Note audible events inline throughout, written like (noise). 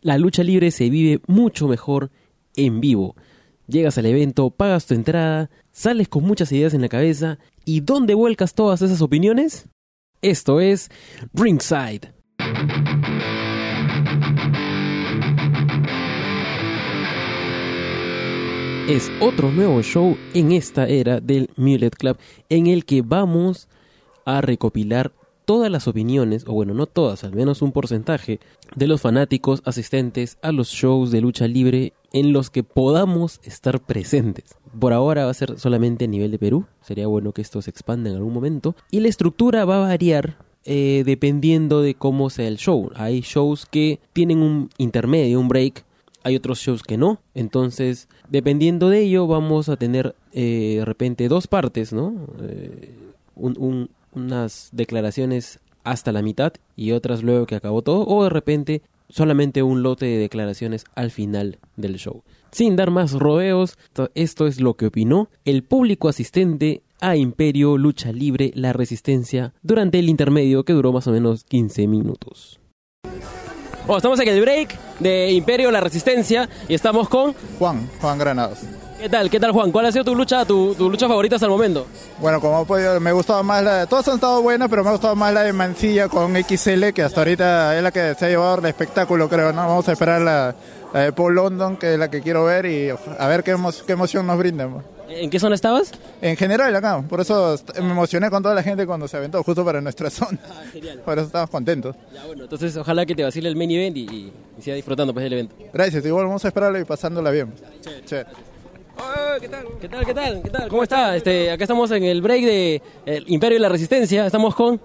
la lucha libre se vive mucho mejor en vivo. Llegas al evento, pagas tu entrada, sales con muchas ideas en la cabeza y ¿dónde vuelcas todas esas opiniones? Esto es Ringside. Es otro nuevo show en esta era del Millet Club en el que vamos a recopilar todas las opiniones, o bueno, no todas, al menos un porcentaje, de los fanáticos asistentes a los shows de lucha libre en los que podamos estar presentes. Por ahora va a ser solamente a nivel de Perú, sería bueno que esto se expanda en algún momento, y la estructura va a variar eh, dependiendo de cómo sea el show. Hay shows que tienen un intermedio, un break, hay otros shows que no. Entonces, dependiendo de ello, vamos a tener eh, de repente dos partes, ¿no? Eh, un, un, unas declaraciones hasta la mitad y otras luego que acabó todo, o de repente solamente un lote de declaraciones al final del show. Sin dar más rodeos, esto es lo que opinó el público asistente a Imperio Lucha Libre La Resistencia durante el intermedio que duró más o menos 15 minutos. Bueno, estamos en el break de Imperio La Resistencia y estamos con... Juan, Juan Granados. ¿Qué tal? ¿Qué tal Juan? ¿Cuál ha sido tu lucha, tu, tu lucha favorita hasta el momento? Bueno, como he podido, me gustaba más la de... Todas han estado buenas, pero me ha gustado más la de Mancilla con XL, que hasta ahorita es la que se ha llevado el espectáculo, creo, ¿no? Vamos a esperar la, la de Paul London, que es la que quiero ver, y a ver qué, emo qué emoción nos brinda. ¿no? ¿En qué zona estabas? En general acá, por eso me emocioné con toda la gente cuando se aventó justo para nuestra (laughs) zona. Ah, genial. Por eso estamos contentos. Ya, bueno, entonces ojalá que te vacile el main event y, y, y siga disfrutando pues del evento. Gracias, igual vamos a esperarlo y pasándola bien. Chévere. Chévere. Oh, ¿Qué tal? ¿Qué tal? ¿Qué tal? ¿Qué tal? ¿Cómo está? Este, acá estamos en el break de el Imperio y la Resistencia. Estamos con...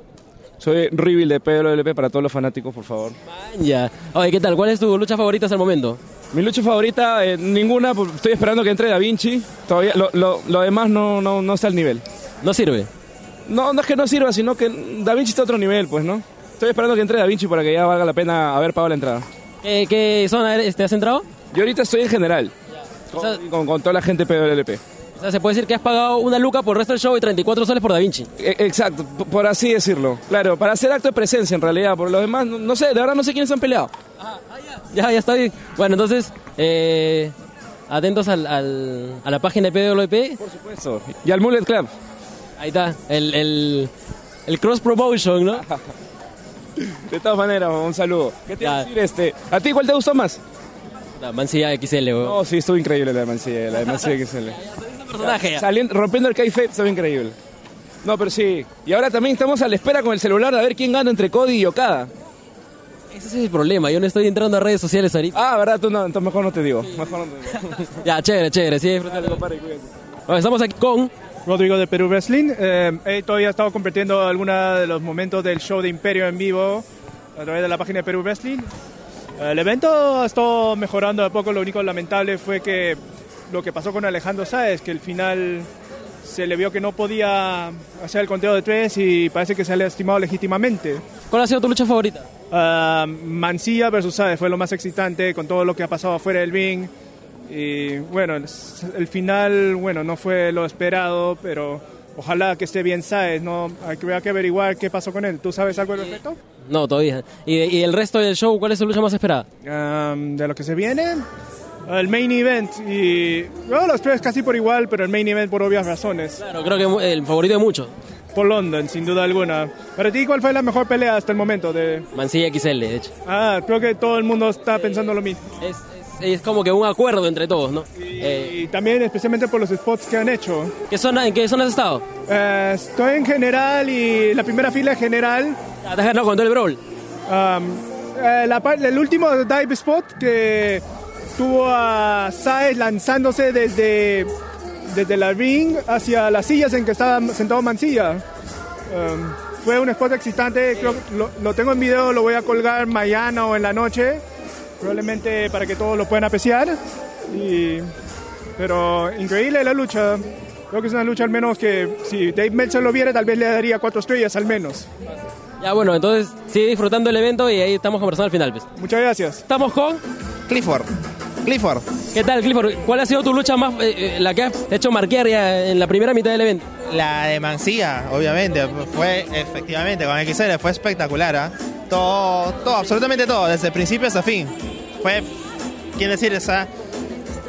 Soy Ribil de PLLP para todos los fanáticos, por favor. Maña. Oye, ¿qué tal? ¿Cuál es tu lucha favorita hasta el momento? Mi lucha favorita, eh, ninguna, estoy esperando que entre Da Vinci. Todavía lo, lo, lo demás no, no, no está al nivel. ¿No sirve? No, no es que no sirva, sino que Da Vinci está a otro nivel, pues, ¿no? Estoy esperando que entre Da Vinci para que ya valga la pena haber pagado la entrada. ¿Qué, qué zona eres? te has entrado? Yo ahorita estoy en general, con, O sea- con- con toda la gente PLLP. O sea, se puede decir que has pagado una luca por el resto del show y 34 soles por Da Vinci. E- Exacto, p- por así decirlo. Claro, para hacer acto de presencia en realidad, Ah, por lo demás, no, no sé, de verdad no sé quiénes han peleado. Ya, ya está bien. Bueno, entonces, eh, atentos al, al- a la página de PWP. Por supuesto. Y al Mullet Club. Ahí está, el, el, el cross promotion, ¿no? De todas maneras, un saludo. ¿Qué te iba a Ya. decir este? ¿A ti cuál te gustó más? La mancilla XL, weón. No, sí, estuvo increíble la de Mancilla, la de Mancilla que se le- Es un personaje. ya. Saliendo, rompiendo el caife, estuvo increíble. No, pero sí. Y ahora también estamos a la espera con el celular de ver quién gana entre Cody y Okada. Ese es el problema, yo no estoy entrando a redes sociales ahorita. Ah, ¿verdad? Tú no, entonces mejor no te digo. Mejor no te digo. (laughs) Ya, chévere, chévere, sí. disfruta. Dale, compadre, cuídate. Bueno, estamos aquí con... Rodrigo de Perú Wrestling. Eh, he todavía estado compartiendo algunos de los momentos del show de Imperio en vivo a través de la página de Perú Wrestling. El evento ha estado mejorando de a poco, lo único lamentable fue que lo que pasó con Alejandro Sáez, que al final se le vio que no podía hacer el conteo de tres y parece que se ha lastimado legítimamente. ¿Cuál ha sido tu lucha favorita? Ah, Mancilla versus Sáez fue lo más excitante con todo lo que ha pasado afuera del ring. Y bueno, el s- el final, bueno, no fue lo esperado, pero ojalá que esté bien Sáez, ¿no? Hay que, hay que averiguar qué pasó con él. ¿Tú sabes algo al respecto? No, todavía. ¿Y, de- y el resto del show, cuál es tu lucha más esperada? Ah, de lo que se viene, el main event. Y bueno, los tres casi por igual, pero el main event por obvias razones. Claro, creo que mu- el favorito de muchos. Por London, sin duda alguna. Para ti, ¿cuál fue la mejor pelea hasta el momento? De... Mancilla XL, de hecho. Ah, creo que todo el mundo está pensando lo mismo. Es, es- es como que un acuerdo entre todos, ¿no? Eh, Y también especialmente por los spots que han hecho. ¿qué zona, ¿En qué zona has estado? Eh, estoy en general y la primera fila en general. Ah, te has ganado con todo el brawl. Am, eh, la par- el último dive spot que tuvo a Saez lanzándose desde, desde la ring hacia las sillas en que estaba sentado Mancilla. Am, fue un spot excitante, creo que lo, lo tengo en video, lo voy a colgar mañana o en la noche, probablemente para que todos lo puedan apreciar. Y- pero increíble la lucha. Creo que es una lucha al menos que si Dave Meltzer lo viera tal vez le daría cuatro estrellas al menos. Ya, bueno, entonces sigue disfrutando el evento y ahí estamos conversando al final, pues. Muchas gracias. Estamos con... Clifford, Clifford. ¿Qué tal, Clifford? ¿Cuál ha sido tu lucha más, eh, eh, la que has hecho marquear ya en la primera mitad del evento? La de Mancía, obviamente, fue efectivamente con XL, fue espectacular, ¿ah? Todo, todo, absolutamente todo, desde principio hasta fin. fue, quiero decir, esa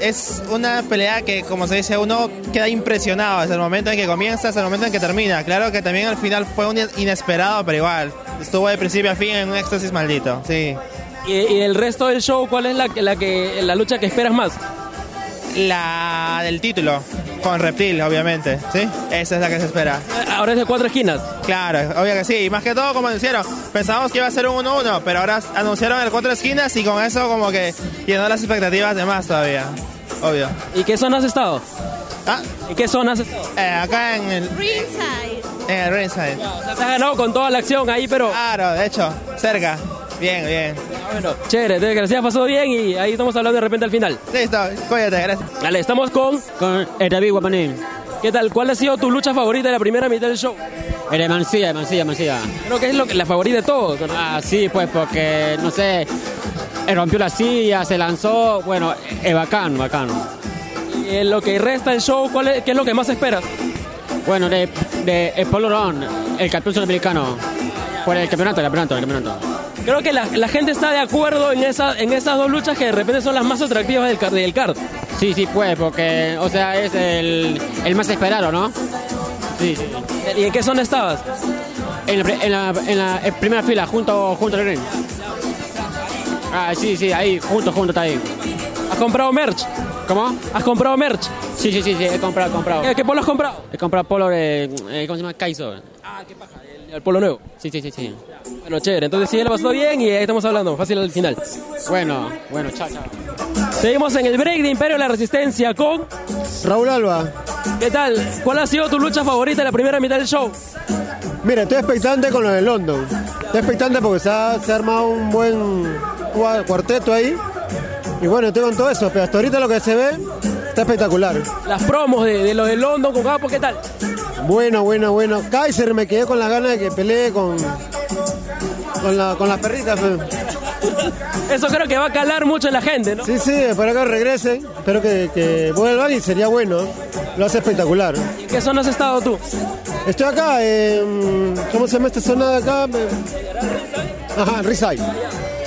es una pelea que, como se dice, uno queda impresionado desde el momento en que comienza hasta el momento en que termina. Claro que también al final fue un inesperado, pero igual, estuvo de principio a fin en un éxtasis maldito. Sí. Y, y el resto del show, ¿cuál es la, la, que, la lucha que esperas más? La del título, con Reptil, obviamente, ¿sí? Esa es la que se espera. Ahora es de cuatro esquinas. Claro, obvio que sí. Y más que todo, como anunciaron, pensábamos que iba a ser un 1-1, pero ahora anunciaron el cuatro esquinas y con eso como que llenó las expectativas de más todavía. Obvio. ¿Y qué zona has estado? Ah, ¿Y qué zona has estado? eh, acá en el, Ringside. en el Ringside. O sea, te has ganado con toda la acción ahí, pero... Claro, de hecho, cerca. Bien, bien. Bueno, chévere, entonces gracias, pasó bien y ahí estamos hablando de repente al final. Listo, cuídate, gracias. Vale, estamos con... Con el David Guapanín. ¿Qué tal? ¿Cuál ha sido tu lucha favorita de la primera mitad del show? El de Mancilla, de Mancilla, Mancilla. Creo que es lo que, la favorita de todos. ¿no? Ah, sí, pues porque, no sé, eh, rompió la silla, se lanzó. Bueno, es bacano, bacano. Y en lo que resta del show, ¿cuál es, ¿qué es lo que más esperas? Bueno, de, de el Polo Ron, el campeón sudamericano. Por el campeonato, el campeonato, el campeonato. Creo que la, la gente está de acuerdo en, esa, en esas dos luchas que de repente son las más atractivas del, car- del card. Sí, sí, pues, porque, o sea, es el, el más esperado, ¿no? Sí, sí. ¿Y en qué zona estabas? En la, pri- en la- en la- en primera fila, junto, junto al ring. Ah, sí, sí, ahí, junto, junto, está ahí. ¿Has comprado merch? ¿Cómo? ¿Has comprado merch? Sí, sí, sí, sí, he comprado, he comprado. ¿Qué, qué polo has comprado? He comprado polo de, eh, ¿cómo se llama? Kaizo. El polo nuevo. Sí, sí, sí, sí. Bueno, chévere. Entonces sí, la pasó bien y ahí estamos hablando. Fácil al final. Bueno, bueno, chao, chao. Seguimos en el break de Imperio de la Resistencia con... Raúl Alba. ¿Qué tal? ¿Cuál ha sido tu lucha favorita de la primera mitad del show? Mira, estoy expectante con lo de London. Estoy expectante porque se ha, se ha armado un buen cua- cuarteto ahí. Y bueno, estoy con todo eso, pero hasta ahorita lo que se ve está espectacular. Las promos de, de los de London con Gapo, ¿qué tal? Bueno, bueno, bueno. Kaiser me quedé con las ganas de que pelee con, con, la- con las perritas. pues. Eso creo que va a calar mucho en la gente, ¿no? Sí, sí, espero que regresen. Espero que, que vuelvan y sería bueno. Lo hace espectacular. ¿En qué zona has estado tú? Estoy acá, en... ¿cómo se llama esta zona de acá? Ajá, en Rizai.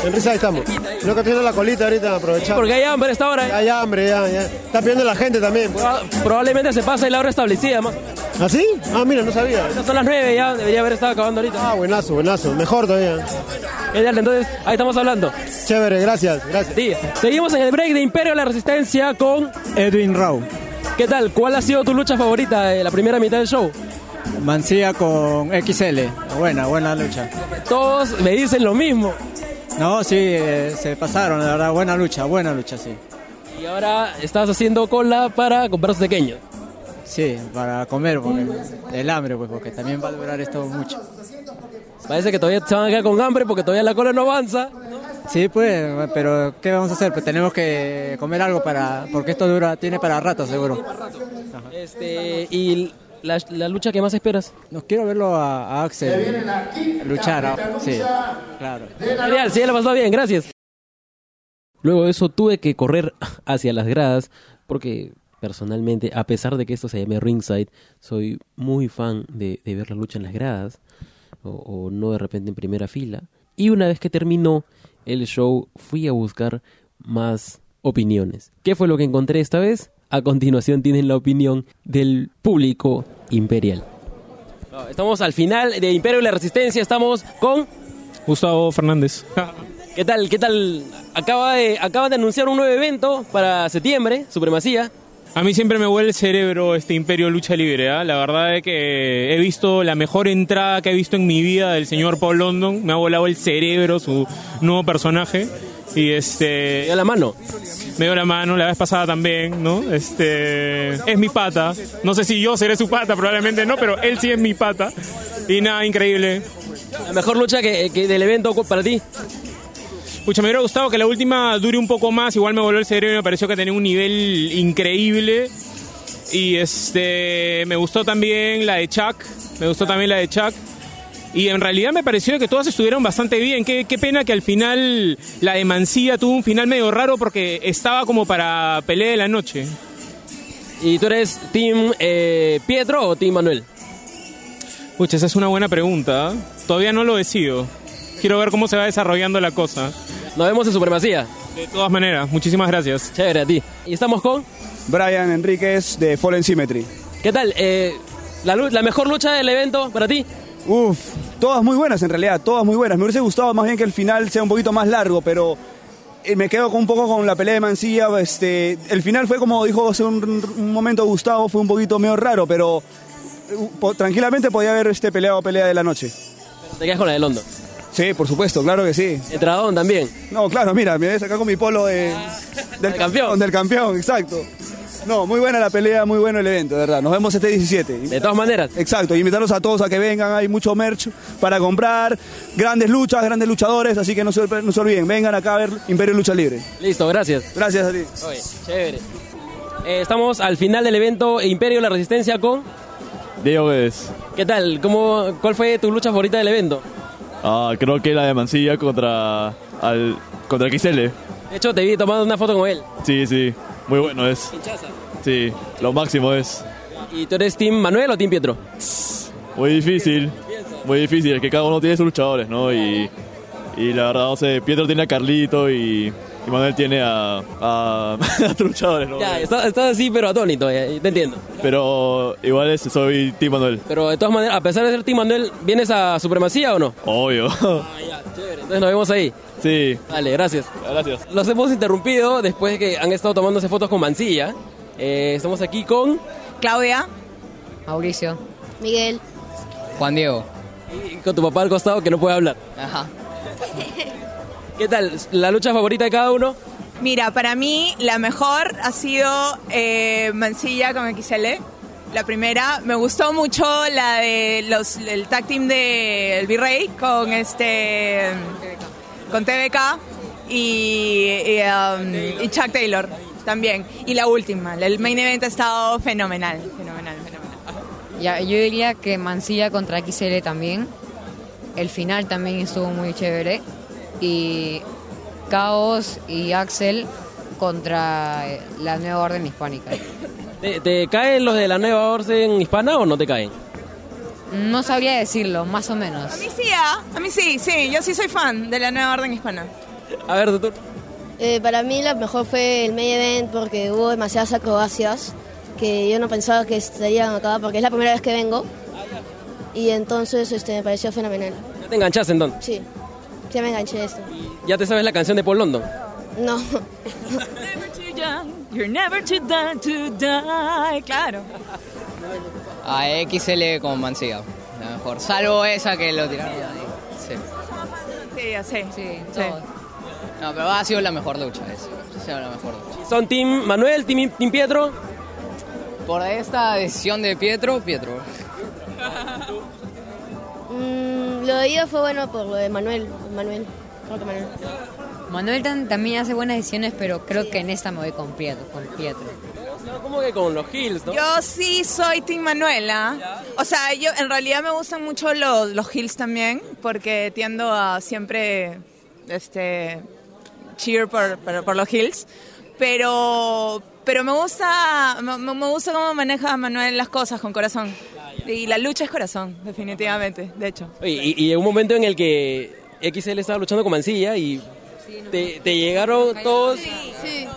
En Rizai estamos. Lo que tiene la colita ahorita, aprovechar. Porque hay hambre a esta hora. ¿eh? Ya, ya, hambre, ya, ya. Está pidiendo la gente también. pues. Proba- Probablemente se pase la hora establecida, más. ¿Ah, sí? Ah, mira, no sabía. Estas son las 9 ya, debería haber estado acabando ahorita. Ah, buenazo, buenazo. Mejor todavía. ¿Qué tal? Entonces, ahí estamos hablando. Chévere, gracias, gracias. Sí. Seguimos en el break de Imperio de la Resistencia con... Edwin Rao. ¿Qué tal? ¿Cuál ha sido tu lucha favorita de la primera mitad del show? Mancía con XL. Buena, buena lucha. Todos me dicen lo mismo. No, sí, eh, se pasaron, la verdad. Buena lucha, buena lucha, sí. Y ahora estás haciendo cola para comprar pequeños. Sí, para comer, porque el hambre, pues, porque también va a durar esto mucho. Parece que todavía se van a quedar con hambre porque todavía la cola no avanza. Sí, pues, pero ¿qué vamos a hacer? Pues tenemos que comer algo para, porque esto dura, tiene para rato, seguro. Este, y la, la lucha que más esperas. Nos quiero verlo a, a Axel luchar, ah, sí, claro. Genial, sí, la pasó bien, gracias. Luego de eso tuve que correr (laughs) hacia las gradas porque personalmente, a pesar de que esto se llame ringside, soy muy fan de, de ver la lucha en las gradas o, o no de repente en primera fila. Y una vez que terminó el show fui a buscar más opiniones. ¿Qué fue lo que encontré esta vez? A continuación tienen la opinión del público imperial. No, Estamos al final de Imperio y la Resistencia, estamos con Gustavo Fernández. ¿Qué tal? ¿Qué tal? Acaba de, acaban de anunciar un nuevo evento para septiembre, Supremacía. A mí siempre me huele el cerebro este Imperio Lucha Libre, ¿ah? La verdad es que he visto la mejor entrada que he visto en mi vida del señor Paul London. Me ha volado el cerebro su nuevo personaje. Y Me este. dio la mano. Me dio la mano la vez pasada también, ¿no? Este. Es mi pata. No sé si yo seré su pata, probablemente no, pero él sí es mi pata. Y nada, increíble. La mejor lucha que, que del evento cu- para ti. Pucha, me hubiera gustado que la última dure un poco más. Igual me voló el cerebro y me pareció que tenía un nivel increíble. Y este, me gustó también la de Chuck. Me gustó también la de Chuck. Y en realidad me pareció que todas estuvieron bastante bien. Qué, qué pena que al final la de Mancilla tuvo un final medio raro porque estaba como para pelea de la noche. ¿Y tú eres Team eh, Pietro o Team Manuel? Pucha, esa es una buena pregunta. ¿eh? Todavía no lo decido. Quiero ver cómo se va desarrollando la cosa. Nos vemos en Supremacía. De todas maneras, muchísimas gracias. Chévere a ti. Y estamos con. Brian Enríquez de Fallen Symmetry. ¿Qué tal? Eh, la, lu- la mejor lucha del evento para ti. Uf, todas muy buenas en realidad, todas muy buenas. Me hubiese gustado más bien que el final sea un poquito más largo, pero eh, me quedo con un poco con la pelea de Mancilla. Este, el final fue como dijo hace un, un momento Gustavo, fue un poquito medio raro, pero eh, po- tranquilamente podía haber este peleado pelea de la noche. Te quedas con la de Londo. Sí, por supuesto, claro que sí. Entradón también. Ah, No, claro, mira, me ves acá con mi polo de- del campeón. Del campeón, exacto. No, muy buena la pelea, muy bueno el evento, de verdad. Nos vemos este 17. De todas maneras. Exacto, y invitarlos a todos a que vengan, hay mucho merch para comprar, grandes luchas, grandes luchadores, así que no se, no se olviden, vengan acá a ver Imperio Lucha Libre. Listo, gracias. Gracias a ti. Oye, chévere. Eh, estamos al final del evento Imperio de la Resistencia con. Diego Guedes. ¿Qué tal? ¿Cómo, ¿Cuál fue tu lucha favorita del evento? Ah, creo que la de Mancilla contra al contra XL. De hecho, te vi tomando una foto con él. Sí, sí, muy bueno es. Hinchaza. Sí, lo máximo es. ¿Y tú eres Team Manuel o Team Pietro? Muy difícil. Muy difícil, es que cada uno tiene sus luchadores, ¿no? Y, y la verdad, no sé, Pietro tiene a Carlito y, y Manuel tiene a, a, (laughs) a tus luchadores, ¿no? Ya, estás, estás así, pero atónito, ya, te entiendo. Pero igual es- soy Team Manuel, Pero de todas maneras, a pesar de ser Team Manuel, ¿vienes a Supremacía o no? Ah, obvio. Entonces nos vemos ahí. sí, Vale, gracias. gracias. Los hemos interrumpido después de que han estado tomándose fotos con Mancilla. Eh, estamos aquí con... Claudia. Mauricio. Miguel. Juan Diego. y con tu papá al costado que no puede hablar. Ajá. ¿Qué tal? ¿La lucha favorita de cada uno? Mira, para mí la mejor ha sido eh, Mancilla con XL. La primera. Me gustó mucho la de los, el tag team de El Virrey con este. con TBK y, y, um, y Chuck Taylor también. Y la última. El main event ha estado fenomenal. Fenomenal, fenomenal. Ya, yo diría que Mancilla contra XL también. El final también estuvo muy chévere. Y Caos y Axel contra eh, la nueva orden hispánica. ¿Te, te caen los de la nueva orden hispana o no te caen? No sabría decirlo, más o menos. A mí sí, ¿ah? a mí sí, sí. Yo sí soy fan de la nueva orden hispana. A ver, tú. Eh, para mí la mejor fue el main event porque hubo demasiadas acrobacias que yo no pensaba que estarían acá porque es la primera vez que vengo y entonces este, me pareció fenomenal. Ya te enganchaste entonces. Sí, ya me enganché a esto. Ya te sabes la canción de Paul London. No, (laughs) You're never too done to die. Claro. A XL con Mancilla, la mejor. Salvo esa que lo tiraron. ahí. Sí. Sí, ya sé. Sí, todos. No, pero ha sido la mejor lucha esa. Ha sido la mejor lucha. Son Team Manuel, Team, team Pietro. Por esta decisión de Pietro, Pietro. Mm, lo de ida fue bueno por lo de Manuel, Manuel, creo que Manuel. Manuel tan- también hace buenas decisiones, pero creo que en esta me voy con Pietro. Con Pietro. ¿Cómo que con los Hills, no? Yo sí soy Team Manuela. O sea, yo en realidad me gustan mucho los, los heels también, porque tiendo a siempre este, cheer por, por- por los heels. Pero, pero me gusta me, me gusta cómo maneja Manuel las cosas con corazón. Y la lucha es corazón, definitivamente, de hecho. Oye, y, y en un momento en el que XL estaba luchando con Mancilla y te, te llegaron todos... Sí,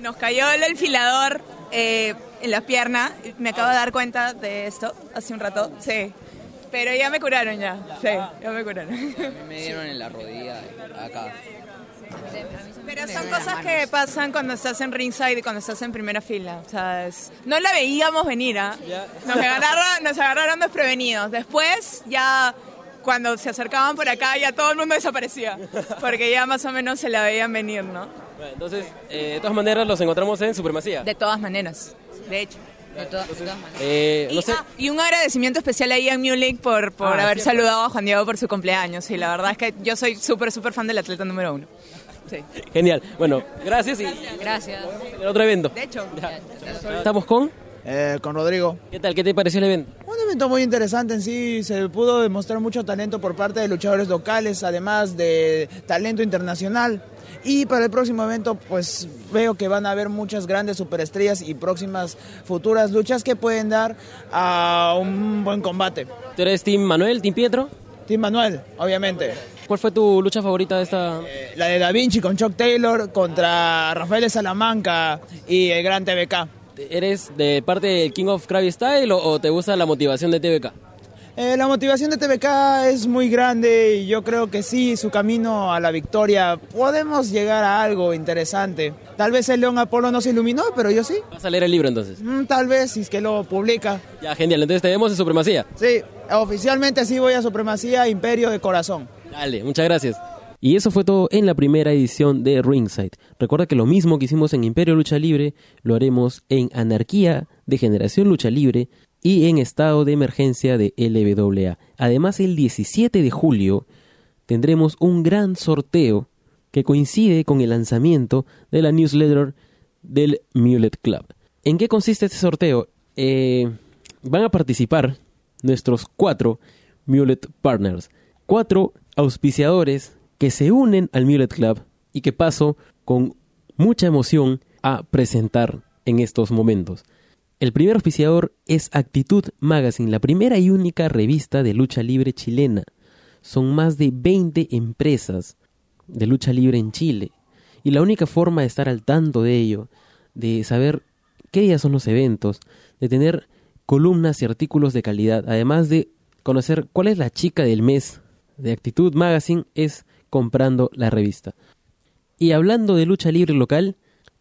Nos cayó el alfilador eh, en la pierna. Me acabo de dar cuenta de esto hace un rato. Sí. Pero ya me curaron ya. Sí, ya me curaron. Me dieron en la rodilla, acá. Pero son cosas que pasan cuando estás en ringside y cuando estás en primera fila. O sea, es- no la veíamos venir, ¿ah? Nos agarraron, nos agarraron desprevenidos. Después ya... Cuando se acercaban por acá ya todo el mundo desaparecía, porque ya más o menos se la veían venir, ¿no? (laughs) Bueno, entonces, eh, de todas maneras, los encontramos en Supremacía. De todas maneras, de hecho. Eh, no Y, sé, ah, y un agradecimiento especial a Ian Mulek por, por Ah, haber siempre. saludado a Juan Diego por su cumpleaños. Y la verdad es que yo soy súper, súper fan del atleta número uno. Sí. genial. Bueno, gracias y Gracias. el otro evento. De hecho, Estamos con... Eh, con Rodrigo. ¿Qué tal? ¿Qué te pareció el evento? Un evento muy interesante en sí, se pudo demostrar mucho talento por parte de luchadores locales, además de talento internacional. Y para el próximo evento, pues veo que van a haber muchas grandes superestrellas y próximas futuras luchas que pueden dar a un buen combate. ¿Tú eres Team Manuel, Team Pietro? Team Manuel, obviamente. ¿Cuál fue tu lucha favorita de esta? Eh, La de Da Vinci con Chuck Taylor contra Rafael de Salamanca y el gran TBK. ¿Eres de parte del King of Krabby Style o, o te gusta la motivación de TBK? Eh, la motivación de TBK es muy grande y yo creo que sí, su camino a la victoria, podemos llegar a algo interesante. Tal vez el León Apolo no se iluminó, pero yo sí. ¿Vas a leer el libro entonces? Mm, tal vez, si es que lo publica. Ya, genial. Entonces te vemos en Supremacía. Sí, oficialmente sí voy a Supremacía Imperio de Corazón. Dale, muchas gracias. Y eso fue todo en la primera edición de Ringside. Recuerda que lo mismo que hicimos en Imperio Lucha Libre, lo haremos en Anarquía de Generación Lucha Libre y en estado de emergencia de LWA. Además, el 17 de julio tendremos un gran sorteo que coincide con el lanzamiento de la newsletter del Mulet Club. ¿En qué consiste este sorteo? Eh, van a participar nuestros cuatro Mulet Partners, cuatro auspiciadores que se unen al Mulet Club y que paso con mucha emoción a presentar en estos momentos. El primer auspiciador es Actitud Magazine, la primera y única revista de lucha libre chilena. Son más de 20 empresas de lucha libre en Chile. Y la única forma de estar al tanto de ello, de saber qué días son los eventos, de tener columnas y artículos de calidad, además de conocer cuál es la chica del mes de Actitud Magazine, es comprando la revista. Y hablando de lucha libre local,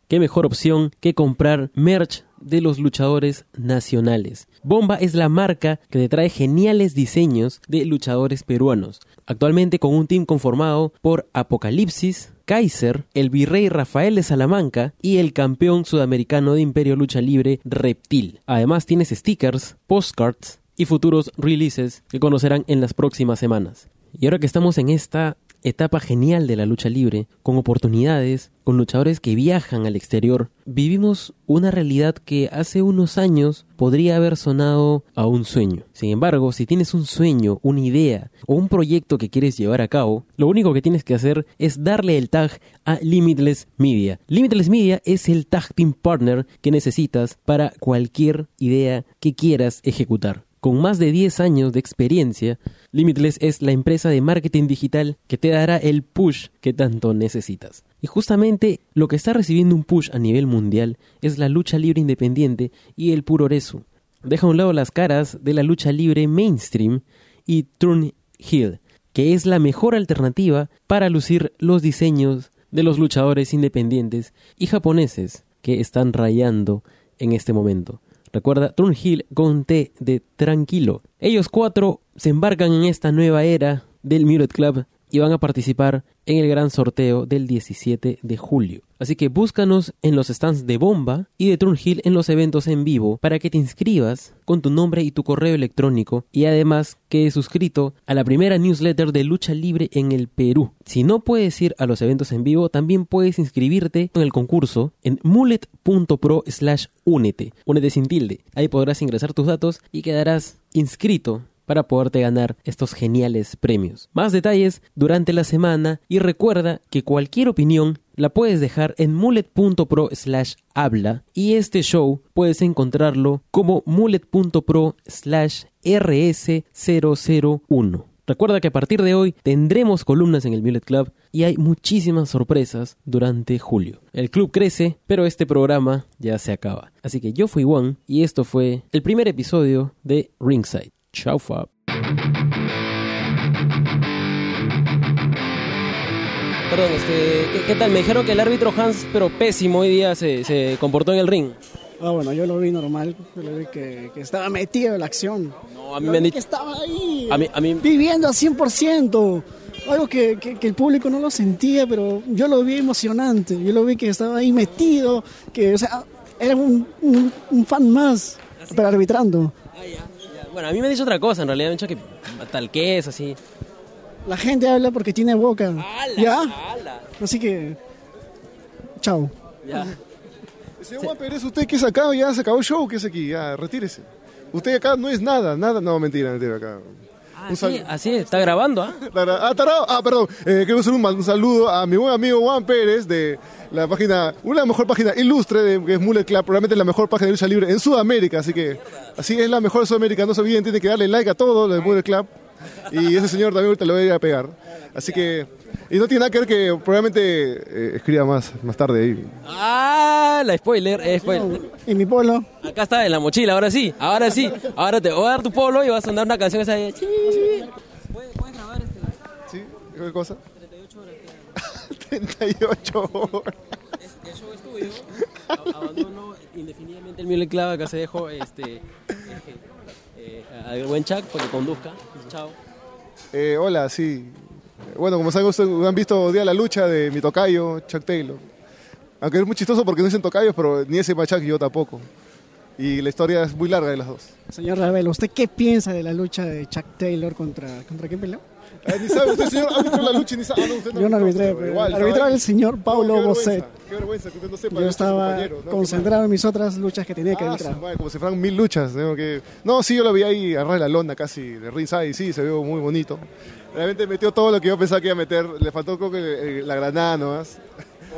qué mejor opción que comprar merch de los luchadores nacionales. Bomba es la marca que te trae geniales diseños de luchadores peruanos. Actualmente con un team conformado por Apocalipsis, Kaiser, el virrey Rafael de Salamanca y el campeón sudamericano de Imperio Lucha Libre Reptil. Además tienes stickers, postcards y futuros releases que conocerán en las próximas semanas. Y ahora que estamos en esta etapa genial de la lucha libre, con oportunidades, con luchadores que viajan al exterior, vivimos una realidad que hace unos años podría haber sonado a un sueño. Sin embargo, si tienes un sueño, una idea o un proyecto que quieres llevar a cabo, lo único que tienes que hacer es darle el tag a Limitless Media. Limitless Media es el tag team partner que necesitas para cualquier idea que quieras ejecutar. Con más de 10 años de experiencia, Limitless es la empresa de marketing digital que te dará el push que tanto necesitas. Y justamente lo que está recibiendo un push a nivel mundial es la lucha libre independiente y el puro oresu. Deja a un lado las caras de la lucha libre mainstream y Turn Hill, que es la mejor alternativa para lucir los diseños de los luchadores independientes y japoneses que están rayando en este momento. Recuerda, Trunhill con T de Tranquilo. Ellos cuatro se embarcan en esta nueva era del Muret Club y van a participar en el gran sorteo del 17 de julio. Así que búscanos en los stands de Bomba y de Trunhill en los eventos en vivo para que te inscribas con tu nombre y tu correo electrónico y además quedes suscrito a la primera newsletter de lucha libre en el Perú. Si no puedes ir a los eventos en vivo, también puedes inscribirte en el concurso en mullet.pro slash únete, únete sin tilde. Ahí podrás ingresar tus datos y quedarás inscrito para poderte ganar estos geniales premios. Más detalles durante la semana y recuerda que cualquier opinión la puedes dejar en mullet.pro slash habla y este show puedes encontrarlo como mullet.pro slash rs001. Recuerda que a partir de hoy tendremos columnas en el Mulet Club y hay muchísimas sorpresas durante julio. El club crece, pero este programa ya se acaba. Así que yo fui Juan y esto fue el primer episodio de Ringside. Ciao Fab. Perdón, este, ¿qué, ¿qué, tal? Me dijeron que el árbitro Hans, pero pésimo hoy día, se, se comportó en el ring. Ah, bueno, yo lo vi normal, yo lo vi que, que estaba metido en la acción. No, a mí yo me han dicho... Que estaba ahí, a mí, a mí... viviendo a 100%, algo que, que, que, el público no lo sentía, pero yo lo vi emocionante, yo lo vi que estaba ahí metido, que, o sea, era un, un, un fan más, Así. pero arbitrando. Ah, ya. Bueno, a mí me han dicho otra cosa, en realidad me han dicho que tal que es, así. La gente habla porque tiene boca. Ala, ¿Ya? Ala. Así que. Chao. Ya. Señor Pérez, usted que es acá, ya se acabó el show, que es aquí, ya, retírese. Usted acá no es nada, nada, no, mentira, mentira, acá. Ah, sí, así es, está grabando, ¿ah? ¿eh? Ah, ah, perdón. Eh, quiero hacer un, un, saludo a mi buen amigo Juan Pérez de la página, una de las mejores páginas ilustre de, que es Mullet Club, probablemente la mejor página de lucha libre en Sudamérica, así que así es la mejor de Sudamérica, no se olviden, tienen que darle like a todo lo de Mullet Club. Y ese señor también ahorita lo voy a ir a pegar. Así que. Y no tiene nada que ver que probablemente eh, escriba más, más tarde ahí. Ah, la spoiler, spoiler. Y mi polo. Acá está en la mochila, ahora sí, ahora sí. Ahora te voy a dar tu polo y vas a andar una canción esa de... ¿Qué cosa? (laughs) 38 horas. El show es tuyo. A- Abandono indefinidamente el Mule Clava. Acá se dejo este, eh, al buen Chuck para que conduzca. Chao. Eh, hola, sí. Bueno, como saben, ustedes han visto Día de la Lucha de mi tocayo, Chuck Taylor. Aunque es muy chistoso porque no dicen tocayos, pero ni ese Machac y yo tampoco. Y la historia es muy larga de las dos. Señor Ravelo, ¿usted qué piensa de la lucha de Chuck Taylor contra, contra quién peleó? Eh, ni sabe, usted, señor, arbitró la lucha y ni sabe. Ah, no, usted no Yo no arbitró, arbitré, pero pero igual, arbitró ¿sabe? el señor Paulo Bosset. Qué vergüenza que usted no sepa. Yo estaba concentrado en mis otras luchas que tenía que Ah, entrar. su madre, como si fueran mil luchas. ¿no? Que- no, sí, yo lo vi ahí arras de la lona casi de ringside, sí, se vio muy bonito. Realmente metió todo lo que yo pensaba que iba a meter. Le faltó creo que eh, la granada nomás.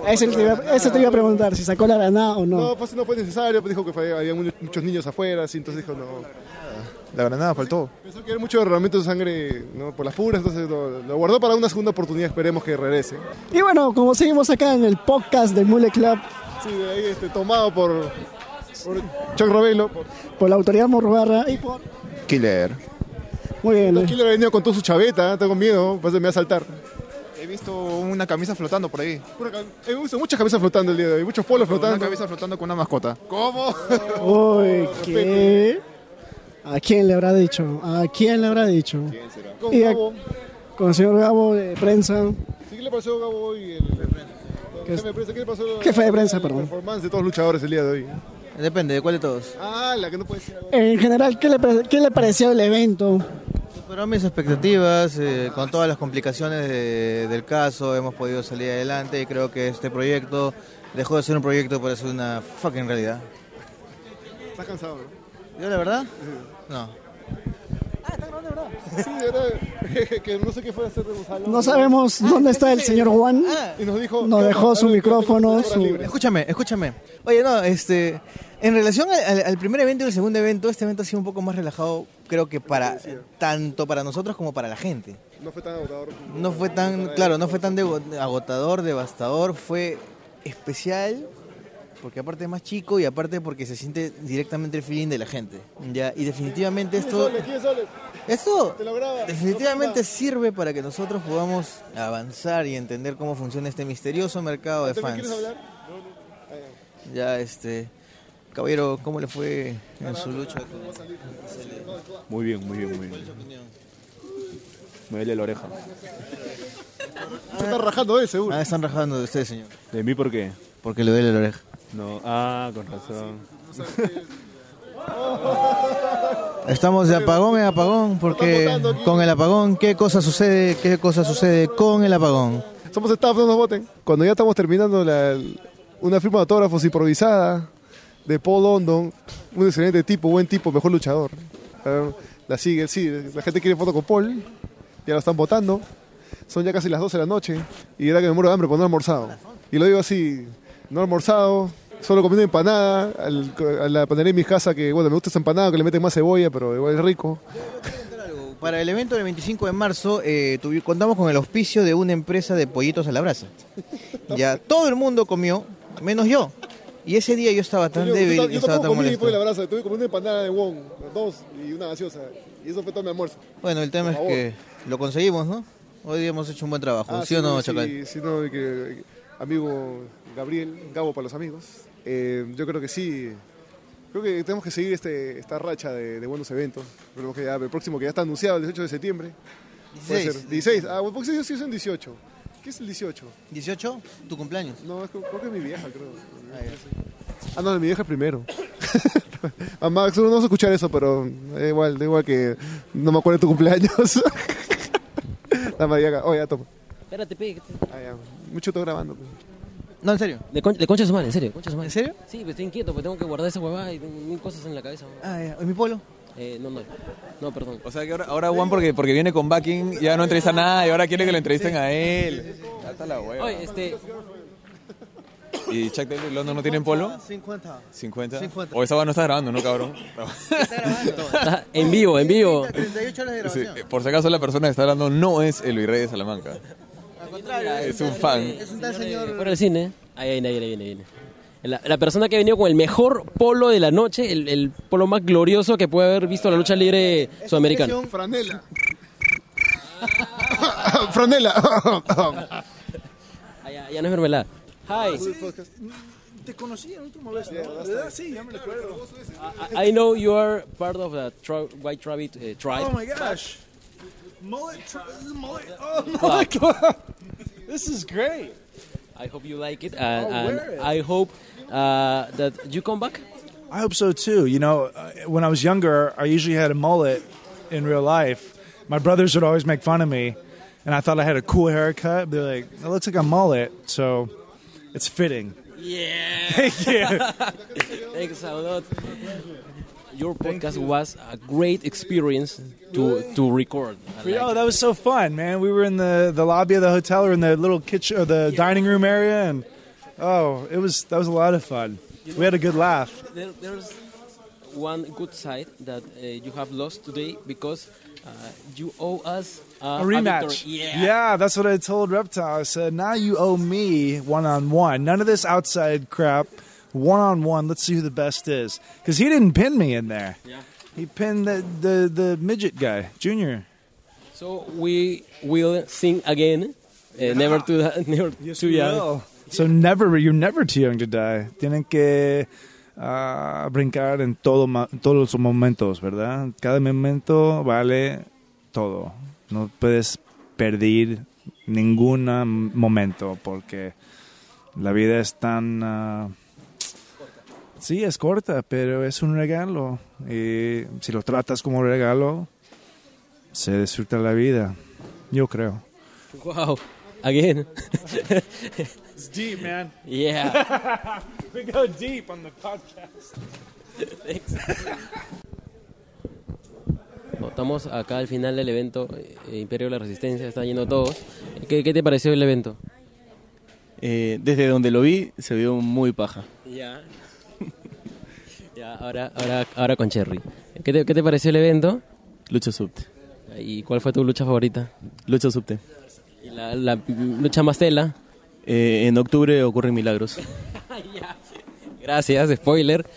Ese te, iba, ese te iba a preguntar si sacó la granada o no. No, pues, no fue necesario, pues, dijo que fue- había mu- muchos niños afuera, así, entonces dijo no. pues, La granada faltó. Pensó que era mucho derramamiento de sangre ¿no? por las puras, entonces lo, lo guardó para una segunda oportunidad, esperemos que regrese. Y bueno, como seguimos acá en el podcast del Mule Club, Sí, de ahí este, tomado por, por Chuck Robelo. Por... por la autoridad Morbarra y por... Killer. Muy bien. eh. Aquí le ha venido con toda su chaveta, ¿eh? tengo miedo, parece que me va a saltar. He visto una camisa flotando por ahí. He visto muchas cabezas flotando el día de hoy, muchos polos Una flotando. camisa flotando con una mascota. ¿Cómo? (laughs) Uy, ¿qué? ¿A quién le habrá dicho? ¿A quién le habrá dicho? Con Y a- Gabo. con el señor Gabo de prensa. ¿Sí, ¿Qué le pasó a Gabo hoy? El, el jefe de prensa, ¿Qué le pasó? Jefe de prensa, el perdón. performance de todos los luchadores el día de hoy. Depende, ¿de cuál de todos? Ah, la que no puede ser. En general, ¿qué le, pare- qué le pareció el evento? Superó mis expectativas, eh, con todas las complicaciones de- del caso hemos podido salir adelante y creo que este proyecto dejó de ser un proyecto para ser una fucking realidad. Estás cansado, ¿no? ¿Yo la verdad? No. Sí, era que no sé qué fue a hacer de Gonzalo. No sabemos dónde está el señor Juan. Y nos dijo. Nos dejó su micrófono, su... Escúchame, escúchame. Oye, no, este, en relación al, al- al primer evento y el segundo evento, este evento ha sido un poco más relajado, creo que para tanto para nosotros como para la gente. No fue tan agotador. No fue tan, claro, no fue tan devo- agotador, devastador, fue especial porque aparte es más chico y aparte porque se siente directamente el feeling de la gente. Ya, y definitivamente esto esto definitivamente sirve para que nosotros podamos avanzar y entender cómo funciona este misterioso mercado de ¿También fans. quieres hablar? Ya este caballero, ¿cómo le fue en su lucha? Muy bien, muy bien, muy bien. Me duele la oreja. Se está rajando él, seguro. Ah, están rajando de usted, señor. ¿De mí por qué? Porque le duele la oreja. No, ah, con razón. Estamos de apagón en apagón porque con el apagón, ¿qué cosa sucede? ¿Qué cosa sucede con el apagón? Somos staff, no nos voten. Cuando ya estamos terminando la, una firma de autógrafos improvisada de Paul London, un excelente tipo, buen tipo, mejor luchador. Eh, La sigue, sí, la gente quiere foto con Paul, ya lo están votando. Son ya casi las 12 de la noche y era que me muero de hambre por no he almorzado. Y lo digo así, no he almorzado, solo comiendo empanada, al- a la panadería de mi casa, que bueno, me gusta esa empanada, que le meten más cebolla, pero igual es rico. Para el evento del 25 de marzo eh, tuvi- contamos con el auspicio de una empresa de pollitos a la brasa. (laughs) Ya todo el mundo comió, menos yo. Y ese día yo estaba tan Yo- yo débil tam- y yo estaba tampoco tan comí molesto. fue la brasa, tuve como una empanada de Wong, dos y una gaseosa. Y eso fue todo mi almuerzo. Bueno, el tema es Por favor. que lo conseguimos, ¿no? Hoy día hemos hecho un buen trabajo, Ah, ¿sí, o no, sí, Chacal? sí, no, que- que- amigo Gabriel, Gabo para los amigos. Eh, yo creo que sí. Creo que tenemos que seguir este, esta racha de, de buenos eventos. Creo que ya, el próximo que ya está anunciado, el 18 de septiembre. Puede 16. ser. 16. Ah, bueno, porque sí, sí son 18. ¿Qué es el 18? ¿18? ¿Tu cumpleaños? No, es que, creo que es mi vieja, creo. Ah, no, de mi vieja primero. (laughs) A Max, no vas a escuchar eso, pero da igual, da igual que no me acuerdo de tu cumpleaños. (laughs) La María acá. Oye, ya toma. Espérate, pe. Mucho estoy grabando. pues. No, en serio. De, con- de concha de su madre, en serio. Concha de su madre. ¿En serio? Sí, pero estoy inquieto porque tengo que guardar esa huevada y tengo mil cosas en la cabeza. Ah, ya. ¿Mi polo? Eh, no, no. No, perdón. O sea que ahora, ahora Juan, porque, porque viene con backing, ya no entrevista nada y ahora quiere que lo entrevisten a él. Ya está la hueva. Oye, este. y Chuck Taylor y London no tienen polo. Ah, 50. 50. 50. O esa va no está grabando, ¿no, cabrón? (laughs) en vivo, en vivo. 38 horas de Sí, grabación. por si acaso la persona que está hablando no es el virrey de Salamanca. Al contrario, Es un fan. Es un tal señor. Fuera del cine. Ahí viene, ahí viene, ahí viene, ahí viene. La, la persona que ha venido con el mejor polo de la noche, el, el polo más glorioso que puede haber visto la lucha libre sudamericana. Franela. (laughs) (laughs) Franela. Ya, ya no es mermelada. Hi. Te conocí en última vez, ¿no? ¿Verdad? Sí, ya me recuerdo. I know you are part of the tra- White Rabbit eh, tribe. Oh my gosh. Mullet, tr- mullet. Oh, Wow. mullet club. This is great. I hope you like it, and, I'll and wear it. I hope uh, that you come back. I hope so too. You know, uh, when I was younger, I usually had a mullet in real life. My brothers would always make fun of me, and I thought I had a cool haircut. They're like, "It looks like a mullet," so it's fitting. Yeah. Thank you. Thanks a lot. Your podcast was a great experience to to record. I like oh, that was so fun, man! We were in the, the lobby of the hotel, or in the little kitchen, or the dining room area, and oh, it was that was a lot of fun. We had a good laugh. There, there's one good side that uh, you have lost today because uh, you owe us uh, a rematch. victory. yeah. that's what I told Reptile. I said, now you owe me one on one. None of this outside crap. One on one. Let's see who the best is. Because he didn't pin me in there. Yeah. He pinned the, the, the midget guy, Junior. So we will sing again. Uh, Never too, (laughs) never too young. So never, you're never too young to die. Tienen que ah, brincar en todo, ma- todos los momentos, ¿verdad? Cada momento vale todo. No puedes perder ningún momento porque la vida es tan... ah, sí, es corta, pero es un regalo. Y si lo tratas como regalo, se disfruta la vida. Yo creo. Wow, again. It's deep, man. Yeah. (laughs) we go deep on the (laughs) podcast. Bueno, Estamos acá al final del evento eh, Imperio de la Resistencia, están yendo todos. ¿Qué, qué te pareció el evento? Eh, desde donde lo vi, se vio muy paja. Ya. (laughs) ya, ahora, ahora, ahora con Cherry. ¿Qué te, qué te pareció el evento? Lucha subte. ¿Y cuál fue tu lucha favorita? Lucha subte. ¿Y la, la lucha más tela? Eh, (laughs) en octubre ocurren milagros. Gracias, spoiler.